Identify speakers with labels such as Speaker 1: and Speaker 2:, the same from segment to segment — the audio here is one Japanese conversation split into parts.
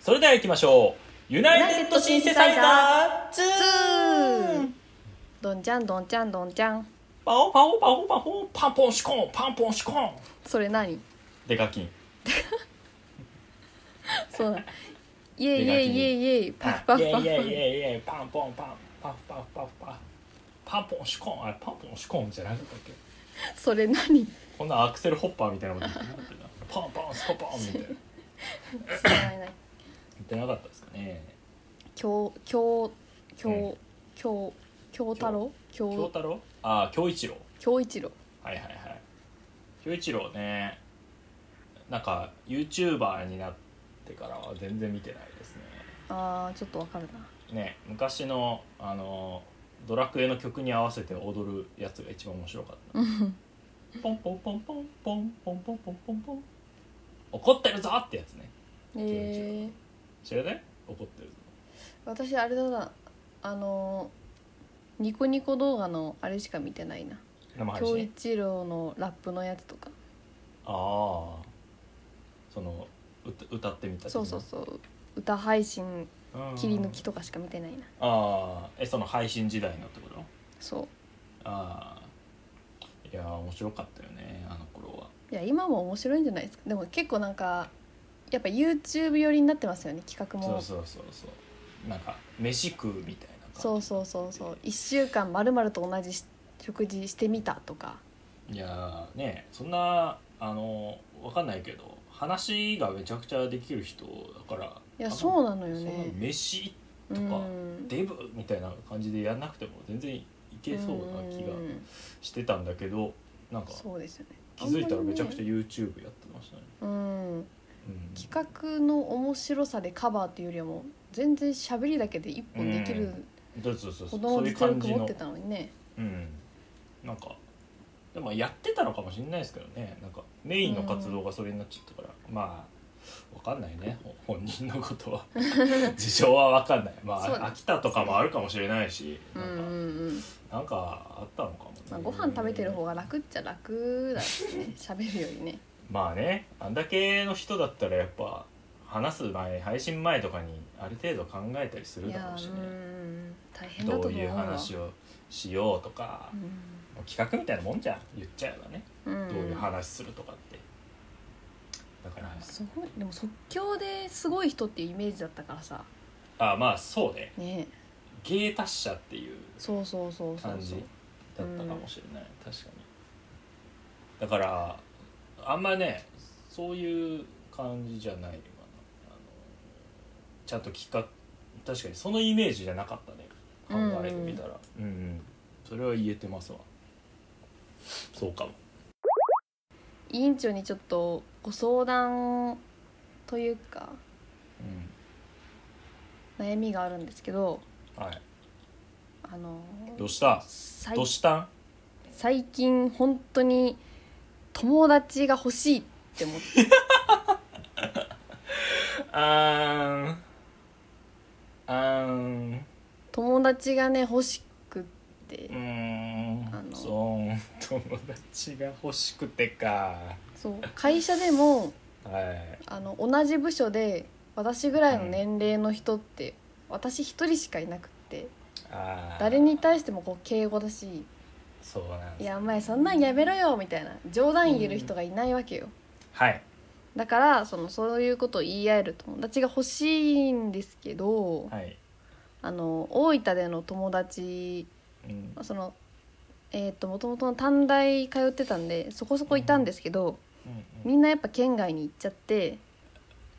Speaker 1: それでは行きましょうユナイテッドシンセサイザーツ
Speaker 2: ツ
Speaker 1: ー
Speaker 2: ーどんちゃんどんちゃんどんちゃん
Speaker 1: パオパオパオパオパンポンシュコンパンポンシュコン
Speaker 2: それ何
Speaker 1: デカキン
Speaker 2: そ うだイエイイエイイエイイエイパフパ
Speaker 1: イ
Speaker 2: フ
Speaker 1: エイイ
Speaker 2: パ
Speaker 1: エイイ
Speaker 2: フ
Speaker 1: エイイエイパンポンパンパフパフパフパフパンポンシュコンあれパンポンシュコンじゃなかったっけ
Speaker 2: それ何
Speaker 1: こんなアクセルホッパーみたいなこと言ってなかったよなパンパンスコパンみたいな言
Speaker 2: 知らないな
Speaker 1: ってなかったですかね
Speaker 2: 京京
Speaker 1: う
Speaker 2: 京京京太郎
Speaker 1: 京
Speaker 2: 京
Speaker 1: 太郎ああ京一郎
Speaker 2: 京一郎
Speaker 1: はいはいはい京一郎ねなんか YouTuber になってからは全然見てないですね
Speaker 2: あーちょっとわかるな
Speaker 1: ね昔のあのドラクエの曲に合わせて踊るやつが一番面白かったポンポンポンポンポンポンポンポンポンポン怒ってるぞってやつね
Speaker 2: えー、
Speaker 1: 知らない怒ってるぞ
Speaker 2: 私あれだなあのーニコニコ動画のあれしか見てないな
Speaker 1: 生配信
Speaker 2: 京
Speaker 1: ね
Speaker 2: 一郎のラップのやつとか
Speaker 1: ああその歌歌ってみたり
Speaker 2: そうそうそう歌配信
Speaker 1: うん
Speaker 2: 切り抜きとかしか見てないな
Speaker 1: ああえその配信時代のってこと
Speaker 2: そ
Speaker 1: ああいやー面白かったよねあの頃は
Speaker 2: ういや今も面白いんじゃないですかでも結構なんかやっぱ YouTube 寄りになってますよね企画
Speaker 1: そう
Speaker 2: も
Speaker 1: そうそうそうなんか飯食うみたいな感じ
Speaker 2: そうそうそうそう1週間まるまると同じし食事してみたとか
Speaker 1: いやーねそんなあのわかんないけど話がめちゃくちゃできる人だから
Speaker 2: いや
Speaker 1: あの
Speaker 2: そうなのよ
Speaker 1: そんな
Speaker 2: ね
Speaker 1: 飯
Speaker 2: う
Speaker 1: とか
Speaker 2: ん
Speaker 1: デブみたいな感じでやんなくても全然いけそうな気が
Speaker 2: うん
Speaker 1: してたんだけどなんか
Speaker 2: そうですよね
Speaker 1: 気づいたらめちゃくちゃ
Speaker 2: ゃ
Speaker 1: YouTube やってましたね、
Speaker 2: うん
Speaker 1: うん、
Speaker 2: 企画の面白さでカバーっていうよりはもう全然しゃべりだけで一本できる
Speaker 1: そうそうそうそ
Speaker 2: ほ
Speaker 1: う
Speaker 2: どの
Speaker 1: そういう
Speaker 2: 実
Speaker 1: 感
Speaker 2: 力
Speaker 1: じ
Speaker 2: 持
Speaker 1: の
Speaker 2: ってたのにね
Speaker 1: うんなんかでもやってたのかもしれないですけどねなんかメインの活動がそれになっちゃったから、まあわかんないねほ本人のこと は事情はわかんないま
Speaker 2: そう
Speaker 1: あ
Speaker 2: だ
Speaker 1: 飽きたとかもあるかもしれないし
Speaker 2: うん
Speaker 1: な
Speaker 2: うんん
Speaker 1: か,、
Speaker 2: うん
Speaker 1: なんかあったのかも、ね
Speaker 2: まあ、ご飯食べてる方が楽っちゃ楽だ しね喋るよりね
Speaker 1: まあねあんだけの人だったらやっぱ話す前配信前とかにある程度考えたりす
Speaker 2: い
Speaker 1: るだろ
Speaker 2: や
Speaker 1: うし
Speaker 2: ーう
Speaker 1: ね
Speaker 2: ん大変だ
Speaker 1: ど
Speaker 2: と
Speaker 1: う
Speaker 2: 思
Speaker 1: いうう
Speaker 2: わ
Speaker 1: 話をしようとか、もう企画みたいなもんじゃん言っちゃえばね
Speaker 2: うん
Speaker 1: どういう話するとかって、だから
Speaker 2: すごいでも即興ですごい人っていうイメージだったからさ
Speaker 1: あまあそうね
Speaker 2: ね
Speaker 1: 芸達者っていう
Speaker 2: そうそうそうそう
Speaker 1: 感
Speaker 2: そ
Speaker 1: じ
Speaker 2: う
Speaker 1: だったかもしれない、確かにだからあんまねそういう感じじゃないかなあのちゃんと企画確かにそのイメージじゃなかったね考えてみたらうん、うん、それは言えてますわそうかも
Speaker 2: 委員長にちょっとご相談というか
Speaker 1: う
Speaker 2: 悩みがあるんですけど
Speaker 1: んはい
Speaker 2: あの
Speaker 1: どうした
Speaker 2: 最
Speaker 1: どうしたん
Speaker 2: 最近本当に友達が欲しいって思って
Speaker 1: あーんあーん
Speaker 2: 友達がね欲しくって
Speaker 1: うー
Speaker 2: あ
Speaker 1: ん
Speaker 2: の
Speaker 1: そう友達が欲しくてか
Speaker 2: そう会社でも
Speaker 1: はい
Speaker 2: あの同じ部署で私ぐらいの年齢の人って、私一人しかいなくって
Speaker 1: あー
Speaker 2: 誰に対してもこう敬語だし
Speaker 1: そうなん
Speaker 2: 「い
Speaker 1: です
Speaker 2: やお前そんなんやめろよ」みたいな冗談言える人がいないわけよ、
Speaker 1: はい
Speaker 2: だからそのそういうことを言い合える友達が欲しいんですけど
Speaker 1: はい、
Speaker 2: あの大分での友達
Speaker 1: うん、
Speaker 2: そのえー、ともともとの短大通ってたんでそこそこいたんですけど、
Speaker 1: うん
Speaker 2: みんなやっぱ県外に行っちゃって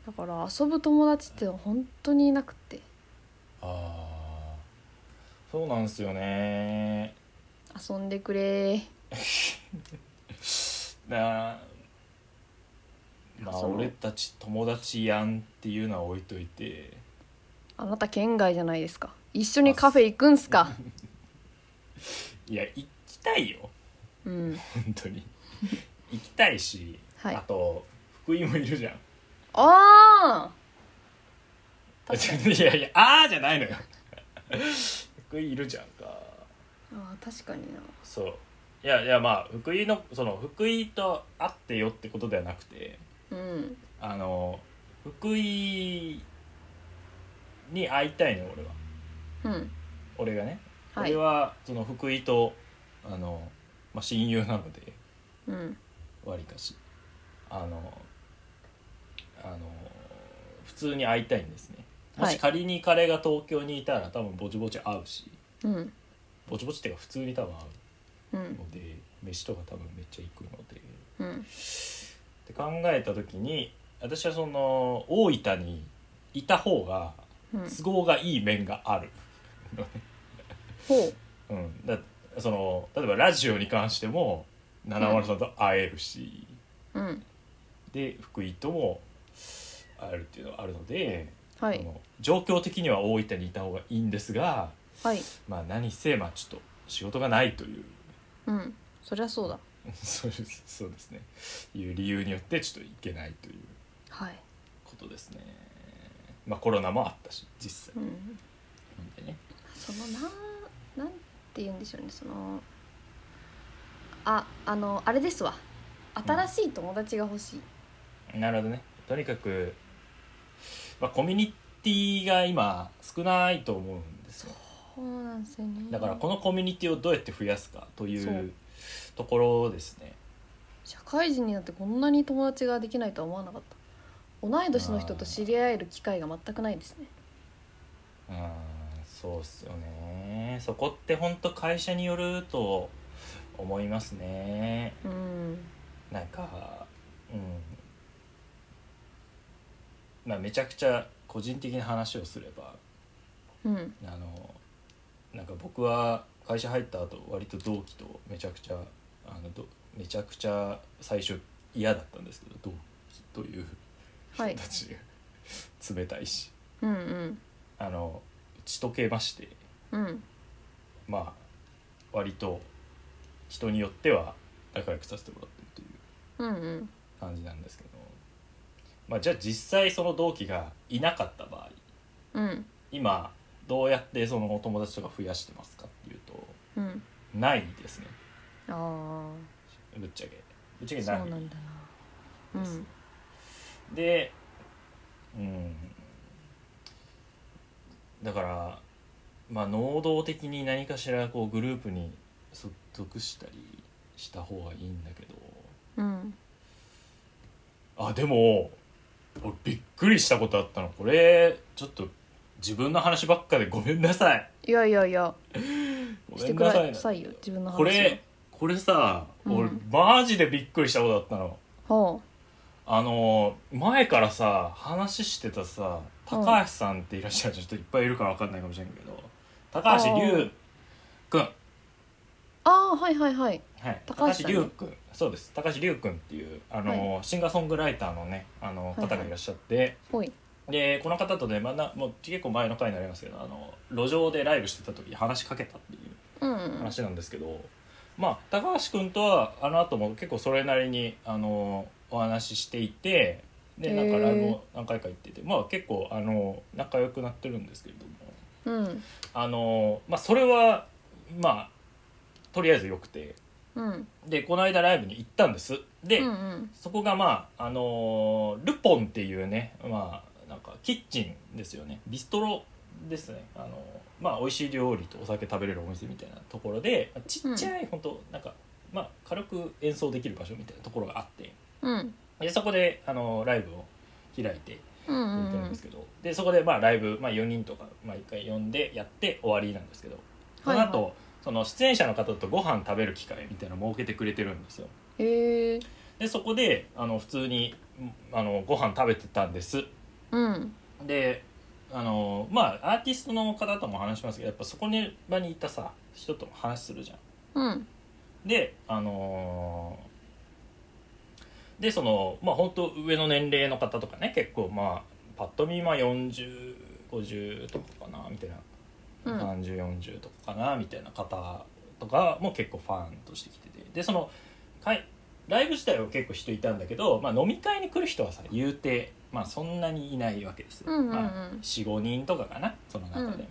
Speaker 2: だから遊ぶ友達って本当にいなくて
Speaker 1: ああそうなんですよね
Speaker 2: 遊んでくれ
Speaker 1: なまあ
Speaker 2: そう
Speaker 1: 俺たち友達やんっていうのは置いといて
Speaker 2: あなた県外じゃないですか一緒にカフェ行くんすか
Speaker 1: いや行きたいよ
Speaker 2: うん
Speaker 1: 本当 に行きたいし、
Speaker 2: はい
Speaker 1: あと福井もいるじゃん
Speaker 2: あ あ
Speaker 1: いやいやあーじゃないのよ福井いるじゃんか
Speaker 2: あー確かにな
Speaker 1: そういやいやまあ福井のその福井と会ってよってことではなくて
Speaker 2: うん
Speaker 1: あの福井に会いたいのよ俺は
Speaker 2: うん
Speaker 1: 俺がね、
Speaker 2: はい
Speaker 1: 俺はその福井とあの、まあ、親友なので
Speaker 2: うん
Speaker 1: わりかしあのあの普通に会いたいんですねも
Speaker 2: は
Speaker 1: し
Speaker 2: い
Speaker 1: 仮に彼が東京にいたら多分ぼちぼち会うし
Speaker 2: うん
Speaker 1: ぼちぼちっていうか普通に多分会う
Speaker 2: う
Speaker 1: んので飯とか多分めっちゃ行くのでっ
Speaker 2: うん
Speaker 1: て考えた時に私はその大分にいた方が
Speaker 2: うん
Speaker 1: 都合がいい面がある、
Speaker 2: ほ
Speaker 1: うん、だその例えばラジオに関しても七丸さんと会えるし、
Speaker 2: ううん
Speaker 1: で福井とも会えるっていうのがあるので、
Speaker 2: は
Speaker 1: あ
Speaker 2: い
Speaker 1: の状況的には大分にいた方がいいんですが、
Speaker 2: はい
Speaker 1: まあ、何せまあちょっと仕事がないという
Speaker 2: うんそりゃそうだ
Speaker 1: そういうそうですねいう理由によってちょっと行けないという
Speaker 2: はい
Speaker 1: ことですね。まあコロナもあったし実際
Speaker 2: うん
Speaker 1: なんでね。
Speaker 2: そのなんなんて言うんでしょうねそのああのあれですわ新しい友達が欲しい、
Speaker 1: なるほどねとにかく、まあ、コミュニティが今少ないと思うんですよ
Speaker 2: そうなんですよね
Speaker 1: だからこのコミュニティをどうやって増やすかとい
Speaker 2: そう
Speaker 1: うところですね
Speaker 2: 社会人になってこんなに友達ができないとは思わなかった同い年の人と知り合える機会が全くないですね
Speaker 1: うんそうっすよねそこってほんと会社によると思いますね
Speaker 2: うん
Speaker 1: なんかうんまあめちゃくちゃ個人的な話をすれば
Speaker 2: うん
Speaker 1: あのなんか僕は会社入った後割と同期とめちゃくちゃあのどめちゃくちゃ最初嫌だったんですけど同期という
Speaker 2: は
Speaker 1: 人
Speaker 2: い
Speaker 1: たちが冷たいし、
Speaker 2: うんうん
Speaker 1: あの打ち解けまして
Speaker 2: うん
Speaker 1: まあ割と人によっては仲良くさせてもらってるという
Speaker 2: うんうん
Speaker 1: 感じなんですけど、まあ、じゃあ実際その同期がいなかった場合
Speaker 2: うん
Speaker 1: 今どうやってそのお友達とか増やしてますかっていうと
Speaker 2: うん
Speaker 1: ないですね
Speaker 2: ああ
Speaker 1: ぶっちゃけぶっちゃけ
Speaker 2: そう
Speaker 1: ない
Speaker 2: なんだな
Speaker 1: ですでうんだからまあ能動的に何かしらこうグループにそ属したりした方がいいんだけど
Speaker 2: うんうん
Speaker 1: あでも俺びっくりしたことあったのこれちょっと自分の話ばっかでごめんなさい
Speaker 2: いやいやいや
Speaker 1: ご
Speaker 2: し
Speaker 1: め
Speaker 2: て
Speaker 1: ん
Speaker 2: く
Speaker 1: なさい
Speaker 2: ださいよ自分の話を
Speaker 1: これこれさ、俺
Speaker 2: うん
Speaker 1: マジでびっくりしたことあったの
Speaker 2: ほ
Speaker 1: あのー前からさ話してたさ高橋さんっていらっしゃる、ちょっといっぱいいるから分かんないかもしれんけど高橋龍君は
Speaker 2: うああはいはいはい
Speaker 1: い
Speaker 2: 高
Speaker 1: 高
Speaker 2: 橋さ
Speaker 1: 橋
Speaker 2: んね
Speaker 1: 龍君そうです高橋龍君っていうあのー、シンガーソングライターのねあの
Speaker 2: はいはい
Speaker 1: 方がいらっしゃって、
Speaker 2: ほい
Speaker 1: でこの方とね、まあ、なもう結構前の回になりますけどあの路上でライブしてた時話しかけたっていう
Speaker 2: うんうん
Speaker 1: 話なんですけど、まあ高橋君とはあの後も結構それなりにあのお話ししていてでなんか
Speaker 2: へー
Speaker 1: ライブも何回か行ってて、まあ結構あの仲良くなってるんですけれども
Speaker 2: うん
Speaker 1: あの、まあ、それはまあとりあえずよくて
Speaker 2: うん
Speaker 1: でこの間ライブに行ったんですで、
Speaker 2: うんうん
Speaker 1: そこがまああのルポンっていうねまあなんかキッチンですよねビストロですねあのまあ美味しい料理とお酒食べれるお店みたいなところでまあちっちゃい、ほん、本当なんかまあ軽く演奏できる場所みたいなところがあって
Speaker 2: うん
Speaker 1: でそこであのライブを開いて
Speaker 2: うんう
Speaker 1: やっ
Speaker 2: ん
Speaker 1: て
Speaker 2: う
Speaker 1: るんで
Speaker 2: ん
Speaker 1: すけど、でそこでまあライブ、まあ、4人とか毎回呼んでやって終わりなんですけど、
Speaker 2: はいはい
Speaker 1: その後その出演者の方とご飯食べる機会みたいなの設けてくれてるんですよ
Speaker 2: へえ
Speaker 1: でそこであの普通にんあのご飯食べてたんです
Speaker 2: うん
Speaker 1: であのまあアーティストの方とも話しますけどやっぱそこに場にいたさ人とも話するじゃん
Speaker 2: うん
Speaker 1: であのーでそのまあ本当上の年齢の方とかね結構まあパッと見まあ4050とかかなみたいな、
Speaker 2: うん
Speaker 1: 3040とかかなみたいな方とかも結構ファンとして来ててでそのかいライブ自体は結構人いたんだけど、まあ、飲み会に来る人はさ言うて、まあ、そんなにいないわけですよ、
Speaker 2: うんうんうん
Speaker 1: まあ、45人とかかなその中でも、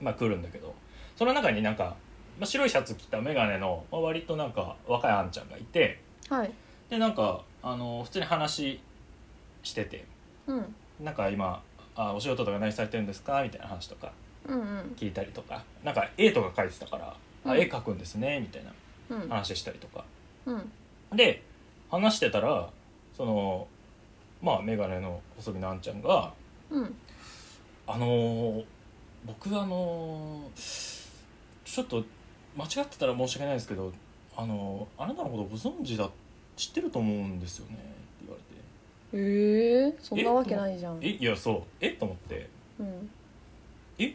Speaker 1: まあ来るんだけどその中になんか、まあ、白いシャツ着た眼鏡の、まあ、割となんか若いあんちゃんがいて
Speaker 2: はい
Speaker 1: でなんかあの普通に話してて
Speaker 2: うん
Speaker 1: なんか今あお仕事とか何されてるんですか?」みたいな話とか
Speaker 2: うんうん
Speaker 1: 聞いたりとかなんか絵とか描いてたから「
Speaker 2: う
Speaker 1: あ
Speaker 2: ん
Speaker 1: 絵描くんですね」みたいな
Speaker 2: うん
Speaker 1: 話したりとか
Speaker 2: うん
Speaker 1: で話してたらそのまあ眼鏡の細身のあんちゃんが
Speaker 2: うん
Speaker 1: 「あのー僕あのーちょっと間違ってたら申し訳ないですけどあのーあなたのことご存知だ知ってると思うんですよね」って言われ
Speaker 2: ええそんなわけないじゃん
Speaker 1: て「えいやそうえっ?」と思って
Speaker 2: うん
Speaker 1: 「え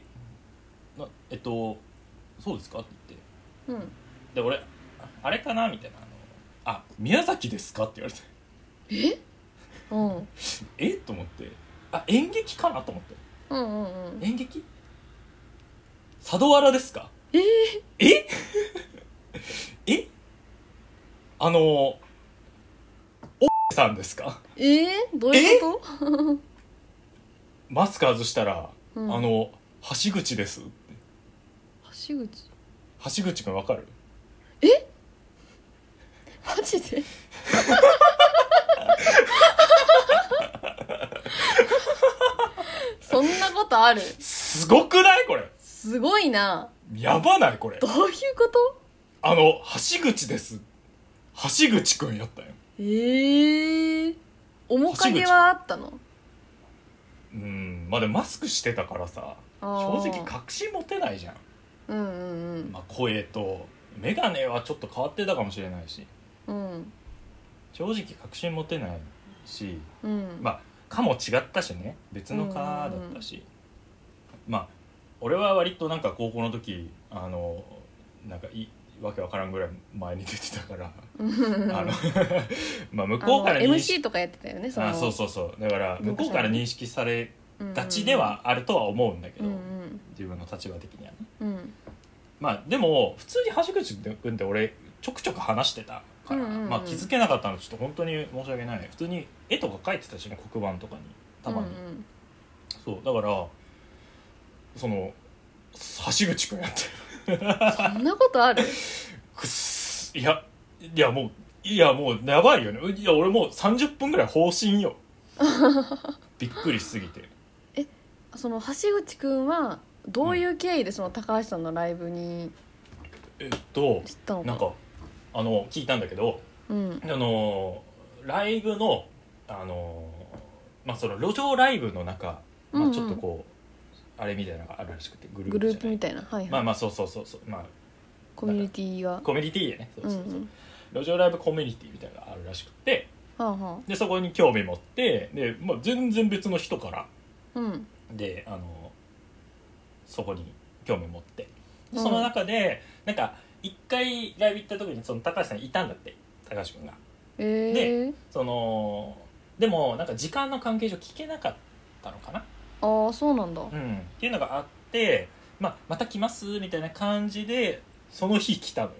Speaker 1: なえっとそうですか?」って言って
Speaker 2: うん
Speaker 1: で俺「あれかな?」みたいな「あのあ宮崎ですか?」って言われて
Speaker 2: えうん
Speaker 1: 「えっ?」と思って「あ演劇かな?」と思って。
Speaker 2: うんうんうん
Speaker 1: 演劇佐渡原ですか
Speaker 2: え
Speaker 1: ええあのおさんですか
Speaker 2: ええどういうこ
Speaker 1: マスク外したら、
Speaker 2: と、うん、
Speaker 1: あの橋口ですって
Speaker 2: 橋口
Speaker 1: 橋口くんわかる
Speaker 2: マジでそんなことある
Speaker 1: すごくないこれ
Speaker 2: すごいな
Speaker 1: やばないこれ
Speaker 2: どういうこと
Speaker 1: あの橋口です橋口くんやったよ
Speaker 2: ええ面影はあったの
Speaker 1: うんまあでもマスクしてたからさ
Speaker 2: あー
Speaker 1: 正直確信持てないじゃん
Speaker 2: うんうん
Speaker 1: まあ、声と眼鏡はちょっと変わってたかもしれないし
Speaker 2: うんうん
Speaker 1: 正直確信持てないし
Speaker 2: うん
Speaker 1: まあ科も違ったしね別の科だったし、まあ俺は割となんか高校の時あのなんかいわけわからんぐらい前に出てたから、あの まあ向
Speaker 2: あ
Speaker 1: こう
Speaker 2: の
Speaker 1: から認識
Speaker 2: MC とかやってたよねその
Speaker 1: あそうそうそうだから向
Speaker 2: 文
Speaker 1: こ
Speaker 2: 化
Speaker 1: う
Speaker 2: 祭
Speaker 1: から認識され
Speaker 2: うんうん
Speaker 1: がちではあるとは思うんだけ
Speaker 2: う
Speaker 1: ど、
Speaker 2: んうん
Speaker 1: 自分の立場的にはね
Speaker 2: うん
Speaker 1: まあでも普通に橋口君って俺ちょくちょく話してたから、
Speaker 2: うんうんうん
Speaker 1: まあ、気づけなかったのちょっと本当に申し訳ない普通に絵とか描いてたしね黒板とかにたまに、
Speaker 2: うん
Speaker 1: そうだからその橋口君やって
Speaker 2: うん、そんなことある
Speaker 1: くっすいやいやもういやもうやばいよねういや俺もう30分ぐらい放心 よびっくりしすぎて
Speaker 2: その橋口くんはどういう経緯でその高橋さんのライブに
Speaker 1: えっと
Speaker 2: 知ったのか
Speaker 1: なんかあの聞いたんだけど
Speaker 2: うん
Speaker 1: あのーライブの、あのーまあ、その路上ライブの中、ま
Speaker 2: うんう
Speaker 1: あ、
Speaker 2: ん
Speaker 1: ちょっとこう、あれみたいなのがあるらしくてグル
Speaker 2: グ
Speaker 1: ープ
Speaker 2: ル
Speaker 1: じ
Speaker 2: ー
Speaker 1: ゃ
Speaker 2: プ
Speaker 1: ない
Speaker 2: みたいなはいはい、
Speaker 1: まあまあそうそうそうそうまあ
Speaker 2: コミュニティが
Speaker 1: コミュニティでねそうそうそう、
Speaker 2: うんうん
Speaker 1: 路上ライブコミュニティみたいなのがあるらしくて
Speaker 2: はあは
Speaker 1: でそこに興味持ってで、まあ、全然別の人から
Speaker 2: あうん
Speaker 1: で、あのーそこに興味持ってで
Speaker 2: うん
Speaker 1: その中で、なんか一回ライブ行った時にその高橋さんいたんだって高橋君が。
Speaker 2: ええ
Speaker 1: そのでもなんか時間の関係上聞けなかったのかな、
Speaker 2: ああそうなんだ
Speaker 1: うん、っていうのがあって、まあ、また来ますみたいな感じでその日来たのよ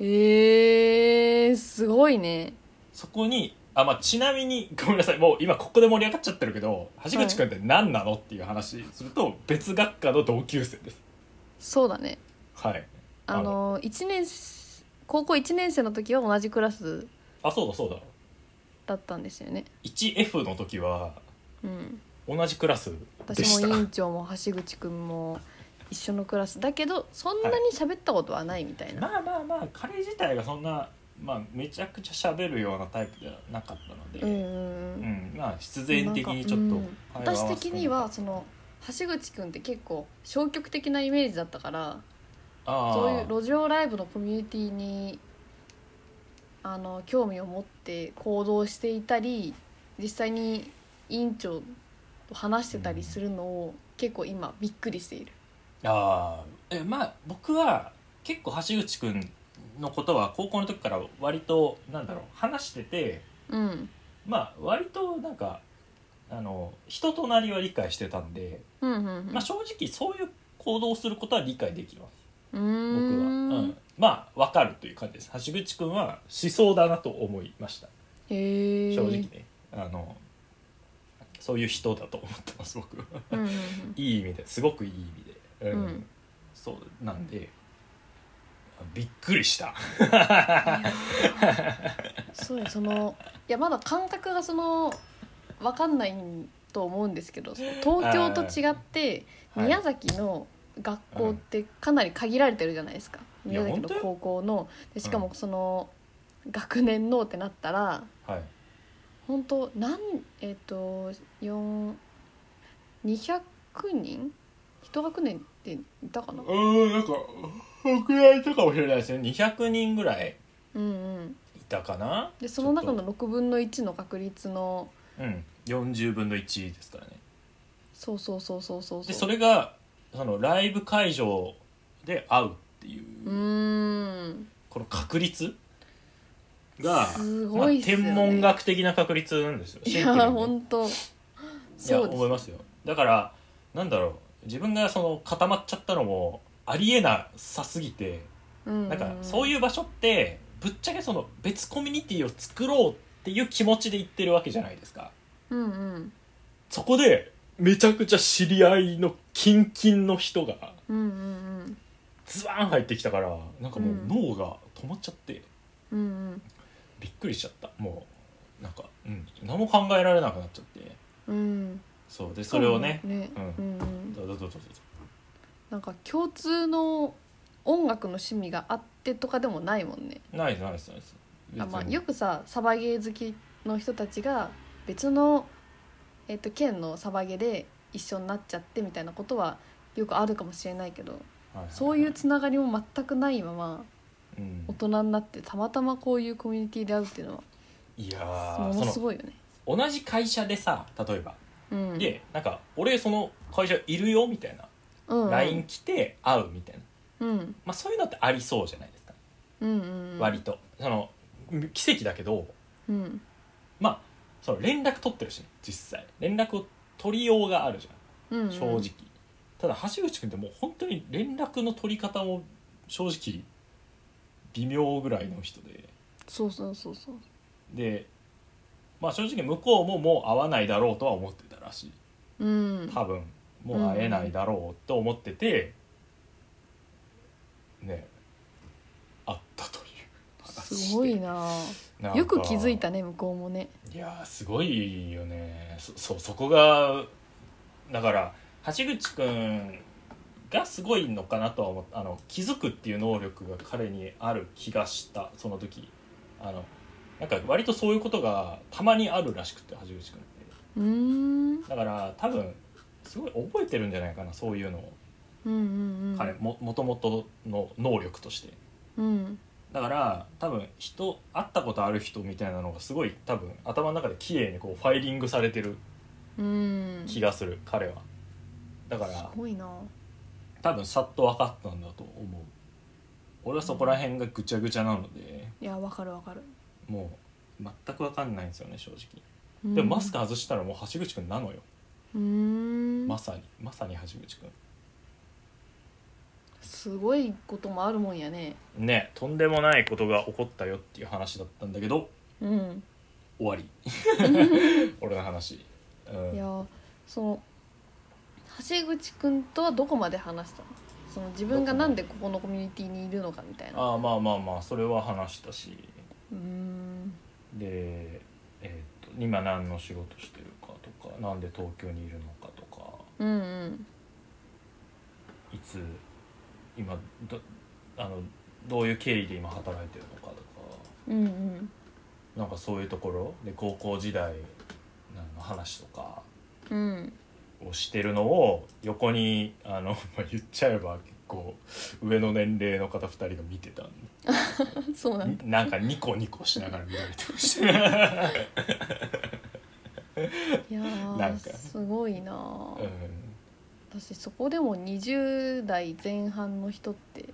Speaker 2: ええすごいね
Speaker 1: そこにあ、まあ、ちなみにごめんなさいもう今ここで盛り上がっちゃってるけど橋口君って何なのっていう話すると別学科の同級生です
Speaker 2: そうだね
Speaker 1: はい
Speaker 2: あの一年高校1年生の時は同じクラス
Speaker 1: あそうだそうだ
Speaker 2: だったんですよね
Speaker 1: 1F の時は
Speaker 2: うん
Speaker 1: 同じクラスでし
Speaker 2: 私
Speaker 1: た
Speaker 2: も委員長も橋口くんも一緒のクラスだけどそんなに喋ったことはないみたいな、
Speaker 1: まあまあまあ彼自体がそんな、まあ、めちゃくちゃ喋るようなタイプではなかったので、
Speaker 2: うんうんうん
Speaker 1: うん、まあ必然的にちょっと
Speaker 2: なんかうん私的にはその橋口くんって結構消極的なイメージだったからそういう路上ライブのコミュニティにあの興味を持って行動していたり実際に委員長と話してたりするのを結構今びっくりしている。
Speaker 1: あーえまあ僕は結構橋口くんのことは高校の時から割となんだろう話してて
Speaker 2: うん、
Speaker 1: まあ割となんかあの人となりは理解してたんで、
Speaker 2: うんうんうん
Speaker 1: まあ、正直そういう行動をすることは理解できます
Speaker 2: うー
Speaker 1: 僕は、うんん、まあわかるという感じです橋口くんは思想だなと思いました
Speaker 2: へえ
Speaker 1: 正直ねあのそういう人だと思ってます僕は。
Speaker 2: うんうん
Speaker 1: いい意味ですごくいい意味で、うん
Speaker 2: うん
Speaker 1: そうなんであびっくり した
Speaker 2: うん、そうねそのいやまだ感覚がその分かんないんと思うんですけどその東京と違って
Speaker 1: はい
Speaker 2: 宮崎の学校ってかなり限られてるじゃないですか、
Speaker 1: うんいや
Speaker 2: 宮崎
Speaker 1: 本
Speaker 2: の
Speaker 1: 当よ
Speaker 2: 高校のでしかも
Speaker 1: う
Speaker 2: その学年のってなったら
Speaker 1: はい
Speaker 2: 本当なんえっ、と4 200人一学年っていたかな
Speaker 1: うーんなんか僕らいたかもしれないですね200人ぐらい
Speaker 2: うんうん
Speaker 1: いたかな
Speaker 2: でその中の6分の1の確率の
Speaker 1: うん40分の1ですからね
Speaker 2: そうそうそうそうそうう
Speaker 1: でそれがそのライブ会場で会うっていう
Speaker 2: うーん
Speaker 1: この確率が、
Speaker 2: す
Speaker 1: まあ
Speaker 2: ごいっすよね、
Speaker 1: 天文学的な確率なんですよ
Speaker 2: い
Speaker 1: シンプルにね
Speaker 2: や本当
Speaker 1: いや
Speaker 2: そうです
Speaker 1: 思いますよだからなんだろう自分がその固まっちゃったのもありえなさすぎてなんかそういうう場所ってぶっちゃけその別コミュニティを作ろうっていう気持ちで行ってるわけじゃないですか
Speaker 2: うんうん
Speaker 1: そこでめちゃくちゃ知り合いのキンキンの人が
Speaker 2: うんうん
Speaker 1: ズワーン入ってきたからなんかもう脳が止まっちゃって
Speaker 2: うんうん
Speaker 1: びっくりしちゃったもうなんか、うん、何も考えられなくなっちゃって
Speaker 2: うんうん
Speaker 1: そうでそれをね
Speaker 2: ね
Speaker 1: うん
Speaker 2: うんうん
Speaker 1: どうぞどうぞどうぞ
Speaker 2: なんか共通の音楽の趣味があってとかでもないもんね
Speaker 1: ナイスナイスナイス
Speaker 2: あ、まあ、
Speaker 1: 別に
Speaker 2: よくさサバゲー好きの人たちが別の、えっと県のサバゲーで一緒になっちゃってみたいなことはよくあるかもしれないけど
Speaker 1: はいはい
Speaker 2: そういうつながりも全くないまま
Speaker 1: うん
Speaker 2: 大人になってたまたまこういうコミュニティで会うっていうの
Speaker 1: いや
Speaker 2: は
Speaker 1: ー
Speaker 2: もの
Speaker 1: そ
Speaker 2: すごいよね。
Speaker 1: の同じ会社でさ例えば、
Speaker 2: うん、
Speaker 1: でなんか俺その会社いるよみたいな、
Speaker 2: うんうん
Speaker 1: LINE 来て会うみたいな、
Speaker 2: うん
Speaker 1: まあ、そういうのってありそうじゃないですか、
Speaker 2: うんうん
Speaker 1: 割とその奇跡だけど
Speaker 2: うん
Speaker 1: まあその連絡取ってるしね実際連絡を取りようがあるじ
Speaker 2: うんう
Speaker 1: ゃん
Speaker 2: ん
Speaker 1: 正直、ただ橋口君ってもう本当に連絡の取り方も正直微妙ぐらいの人で
Speaker 2: そうそうそうそう
Speaker 1: でまあ正直向こうももう会わないだろうとは思ってたらしい
Speaker 2: うん
Speaker 1: 多分もう会えないだろうと思ってて、ね会ったという話
Speaker 2: すごいな
Speaker 1: なんか
Speaker 2: よく気づいたね向こうもね
Speaker 1: いやーすごいよねそそうそこがだから橋口くんがすごいのかなとは思ったあの気づくっていう能力が彼にある気がしたその時あのなんか割とそういうことがたまにあるらしくて橋口くんって
Speaker 2: うーん
Speaker 1: だから多分すごい覚えてるんじゃないかなそういうのを
Speaker 2: うんうんうん
Speaker 1: 彼ももともとの能力として
Speaker 2: うん
Speaker 1: だから多分人会ったことある人みたいなのがすごい多分頭の中で綺麗にこうファイリングされてる
Speaker 2: うん
Speaker 1: 気がする彼はだか
Speaker 2: す
Speaker 1: ら
Speaker 2: ごいな
Speaker 1: 多分さっと分かったんだと思う俺はそこら辺がぐちゃぐちゃなので
Speaker 2: いやわかるわかる
Speaker 1: もう全く分かんないんですよね正直
Speaker 2: うん
Speaker 1: でもマスク外したらもう橋口くんなのよ
Speaker 2: うーん
Speaker 1: まさにまさに橋口く
Speaker 2: すごいこともあるもんやね
Speaker 1: んねとんでもないことが起こったよっていう話だったんだけど
Speaker 2: うん
Speaker 1: 終 わり俺の話、うん
Speaker 2: いやその橋口くんとはどこまで話したのその自分がなんでここのコミュニティにいるのかみたいな
Speaker 1: ああまあまあまあそれは話したし
Speaker 2: うーん
Speaker 1: で、えー、と今何の仕事してるかとかなんで東京にいるのかとか
Speaker 2: うんうん
Speaker 1: いつ今どあのどういう経緯で今働いてるのかとか
Speaker 2: うんうん
Speaker 1: なんかそういうところで高校時代の話とか
Speaker 2: うん
Speaker 1: をしてるのを横にあの まあ言っちゃえば結構上の年齢の方2人が見てたんで
Speaker 2: そうなんだ
Speaker 1: になんかニコニコしながら見られてました
Speaker 2: いや ー
Speaker 1: なんか
Speaker 2: すごいなー、
Speaker 1: うん
Speaker 2: 私そこでも20代前半の人って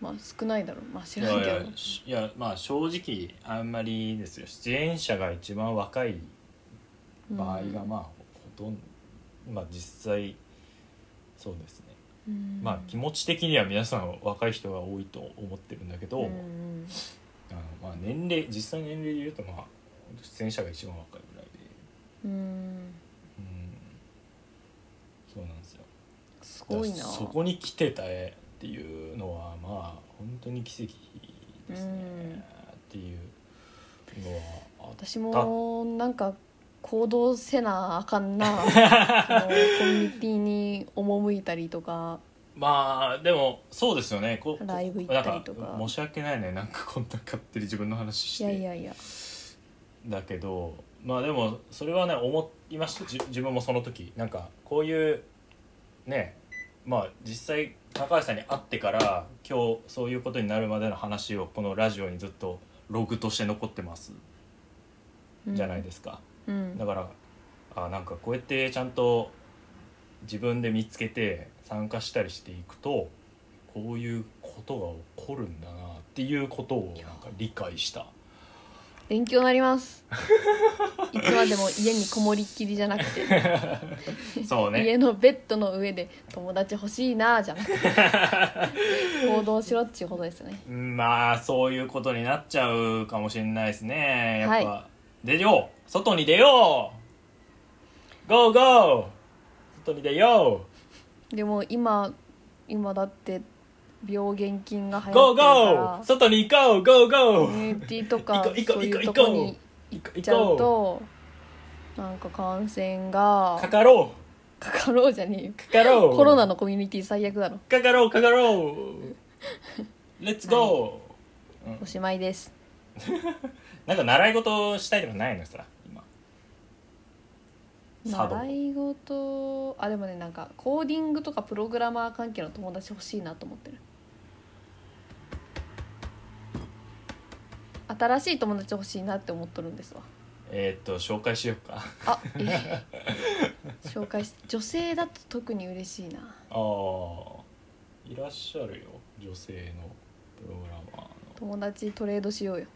Speaker 2: まあ少ないだろうまあ知
Speaker 1: い
Speaker 2: らん
Speaker 1: や
Speaker 2: け
Speaker 1: い
Speaker 2: ど
Speaker 1: やしいやまあ正直あんまりですよ出演者が一番若い場合がまあほとんどまあ実際そうですね
Speaker 2: うん
Speaker 1: まあ気持ち的には皆さん若い人が多いと思ってるんだけど、
Speaker 2: うんうん
Speaker 1: あのまあ年齢実際年齢で言うとまあ出演者が一番若いぐらいで
Speaker 2: うん
Speaker 1: うんそうなんですよ
Speaker 2: すごいな
Speaker 1: だからそこに来てた絵っていうのはまあ本当に奇跡ですね、
Speaker 2: うん
Speaker 1: っていうのはあっ
Speaker 2: 私もなんか行動せなあか んなそのコミュニティに赴いたりとか
Speaker 1: まあでもそうですよねここ
Speaker 2: ライブ行ったりとか
Speaker 1: なん申し訳ないねなんかこんな勝手に自分の話し
Speaker 2: い
Speaker 1: て
Speaker 2: やいやいや
Speaker 1: だけどまあでもそれはね思いましたじ自分もその時なんかこういうねまあ実際高橋さんに会ってから今日そういうことになるまでの話をこのラジオにずっとログとして残ってますじゃないですすか、
Speaker 2: か、うん
Speaker 1: だからあなんかこうやってちゃんと自分で見つけて参加したりしていくとこういうことが起こるんだなっていうことをなんか理解した
Speaker 2: 勉強になります いつまでも家にこもりっきりじゃなく て、
Speaker 1: そうね
Speaker 2: 家のベッドの上で友達欲しいなあじゃ なくて行動しろっていうことですね
Speaker 1: まあそういうことになっちゃうかもしれないですねやっぱ、出よう外に出ようゴーゴー外に出よ
Speaker 2: でも今今だって病原菌が流
Speaker 1: うゴ
Speaker 2: 行
Speaker 1: ー
Speaker 2: ってるから
Speaker 1: ゴー外に行こうゴーゴ
Speaker 2: コ
Speaker 1: ー
Speaker 2: ミュニティとか
Speaker 1: 行こう行こ
Speaker 2: そうういう
Speaker 1: 行
Speaker 2: と
Speaker 1: こう
Speaker 2: こに
Speaker 1: 行こう
Speaker 2: 行っちゃうとなんか感染
Speaker 1: か
Speaker 2: が
Speaker 1: かろ
Speaker 2: かかろうじゃねえよ
Speaker 1: うかかろう
Speaker 2: コロナのコミュニティ最悪だろ
Speaker 1: かかろうかかろうレッツゴ
Speaker 2: おしまいです
Speaker 1: ーなんか習い事したいとかないのさ今茶道
Speaker 2: 習い事あでもねなんかコーディングとかプログラマー関係の友達欲しいなと思ってる新しい友達欲しいなって思っとるんですわ
Speaker 1: えーっと紹介しようか
Speaker 2: あい え紹介し女性だと特に嬉しいな
Speaker 1: ああいらっしゃるよ女性のプログラマーの
Speaker 2: 友達トレードしようよ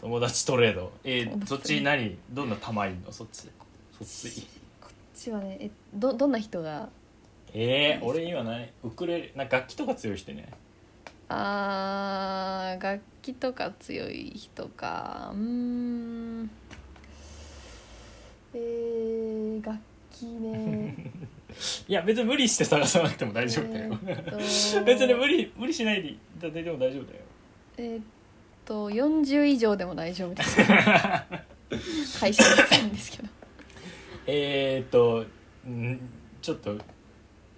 Speaker 1: 友達トレードえ
Speaker 2: 友
Speaker 1: ー、
Speaker 2: 達
Speaker 1: そっち何どんな玉いんのそっちそっち
Speaker 2: こっちはねえどどんな人が
Speaker 1: えー、俺今ないウクレレなんか楽器とか強い人ね
Speaker 2: あー楽器とか強い人かうーんえー、楽器ね
Speaker 1: いや別に無理して探さなくても 大丈夫だよ、 別に無
Speaker 2: 理
Speaker 1: 理無理しないでいただいても大丈夫だよ
Speaker 2: えーっと40以上でも大丈夫です会社に行きたいんですけど
Speaker 1: えー、っとんちょっと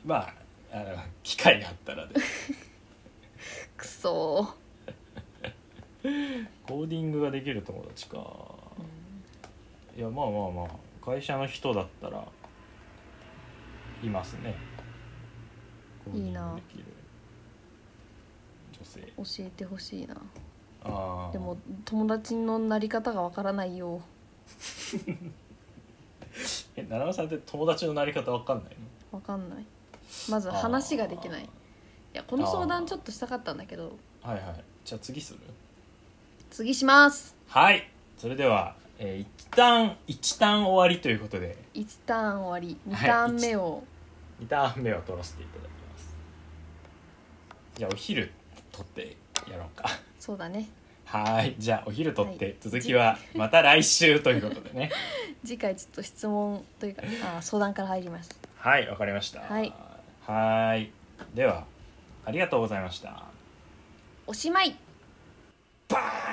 Speaker 1: まああの機会があったらで
Speaker 2: くそー
Speaker 1: コーディングができる友達かいやまあまあまあ会社の人だったらいますねコーディング
Speaker 2: いいな
Speaker 1: できる女性
Speaker 2: 教えてほしいな
Speaker 1: ああ
Speaker 2: でも友達のなり方がわからないよ
Speaker 1: え奈良さんって友達のなり方わかんない
Speaker 2: わかんないまず
Speaker 1: の
Speaker 2: 話ができないいやこの相
Speaker 1: あー
Speaker 2: 談ちょっとしたかったんだけど
Speaker 1: あーはいはいじゃあ次する
Speaker 2: 次します
Speaker 1: はいそれでは、えー、一旦一旦終わりということで
Speaker 2: 1ターン終わり
Speaker 1: は
Speaker 2: 2
Speaker 1: い
Speaker 2: ターン目を
Speaker 1: 2ターン目を取らせていただきますじゃあお昼取ってやろうか
Speaker 2: そうだね
Speaker 1: はーいじゃあお昼取って、
Speaker 2: はい
Speaker 1: 続きはまた来週ということでね
Speaker 2: 次回ちょっと質問というかあー相談から入ります
Speaker 1: はいわかりました
Speaker 2: はい
Speaker 1: はーいではありがとうございました
Speaker 2: おしまい
Speaker 1: バーン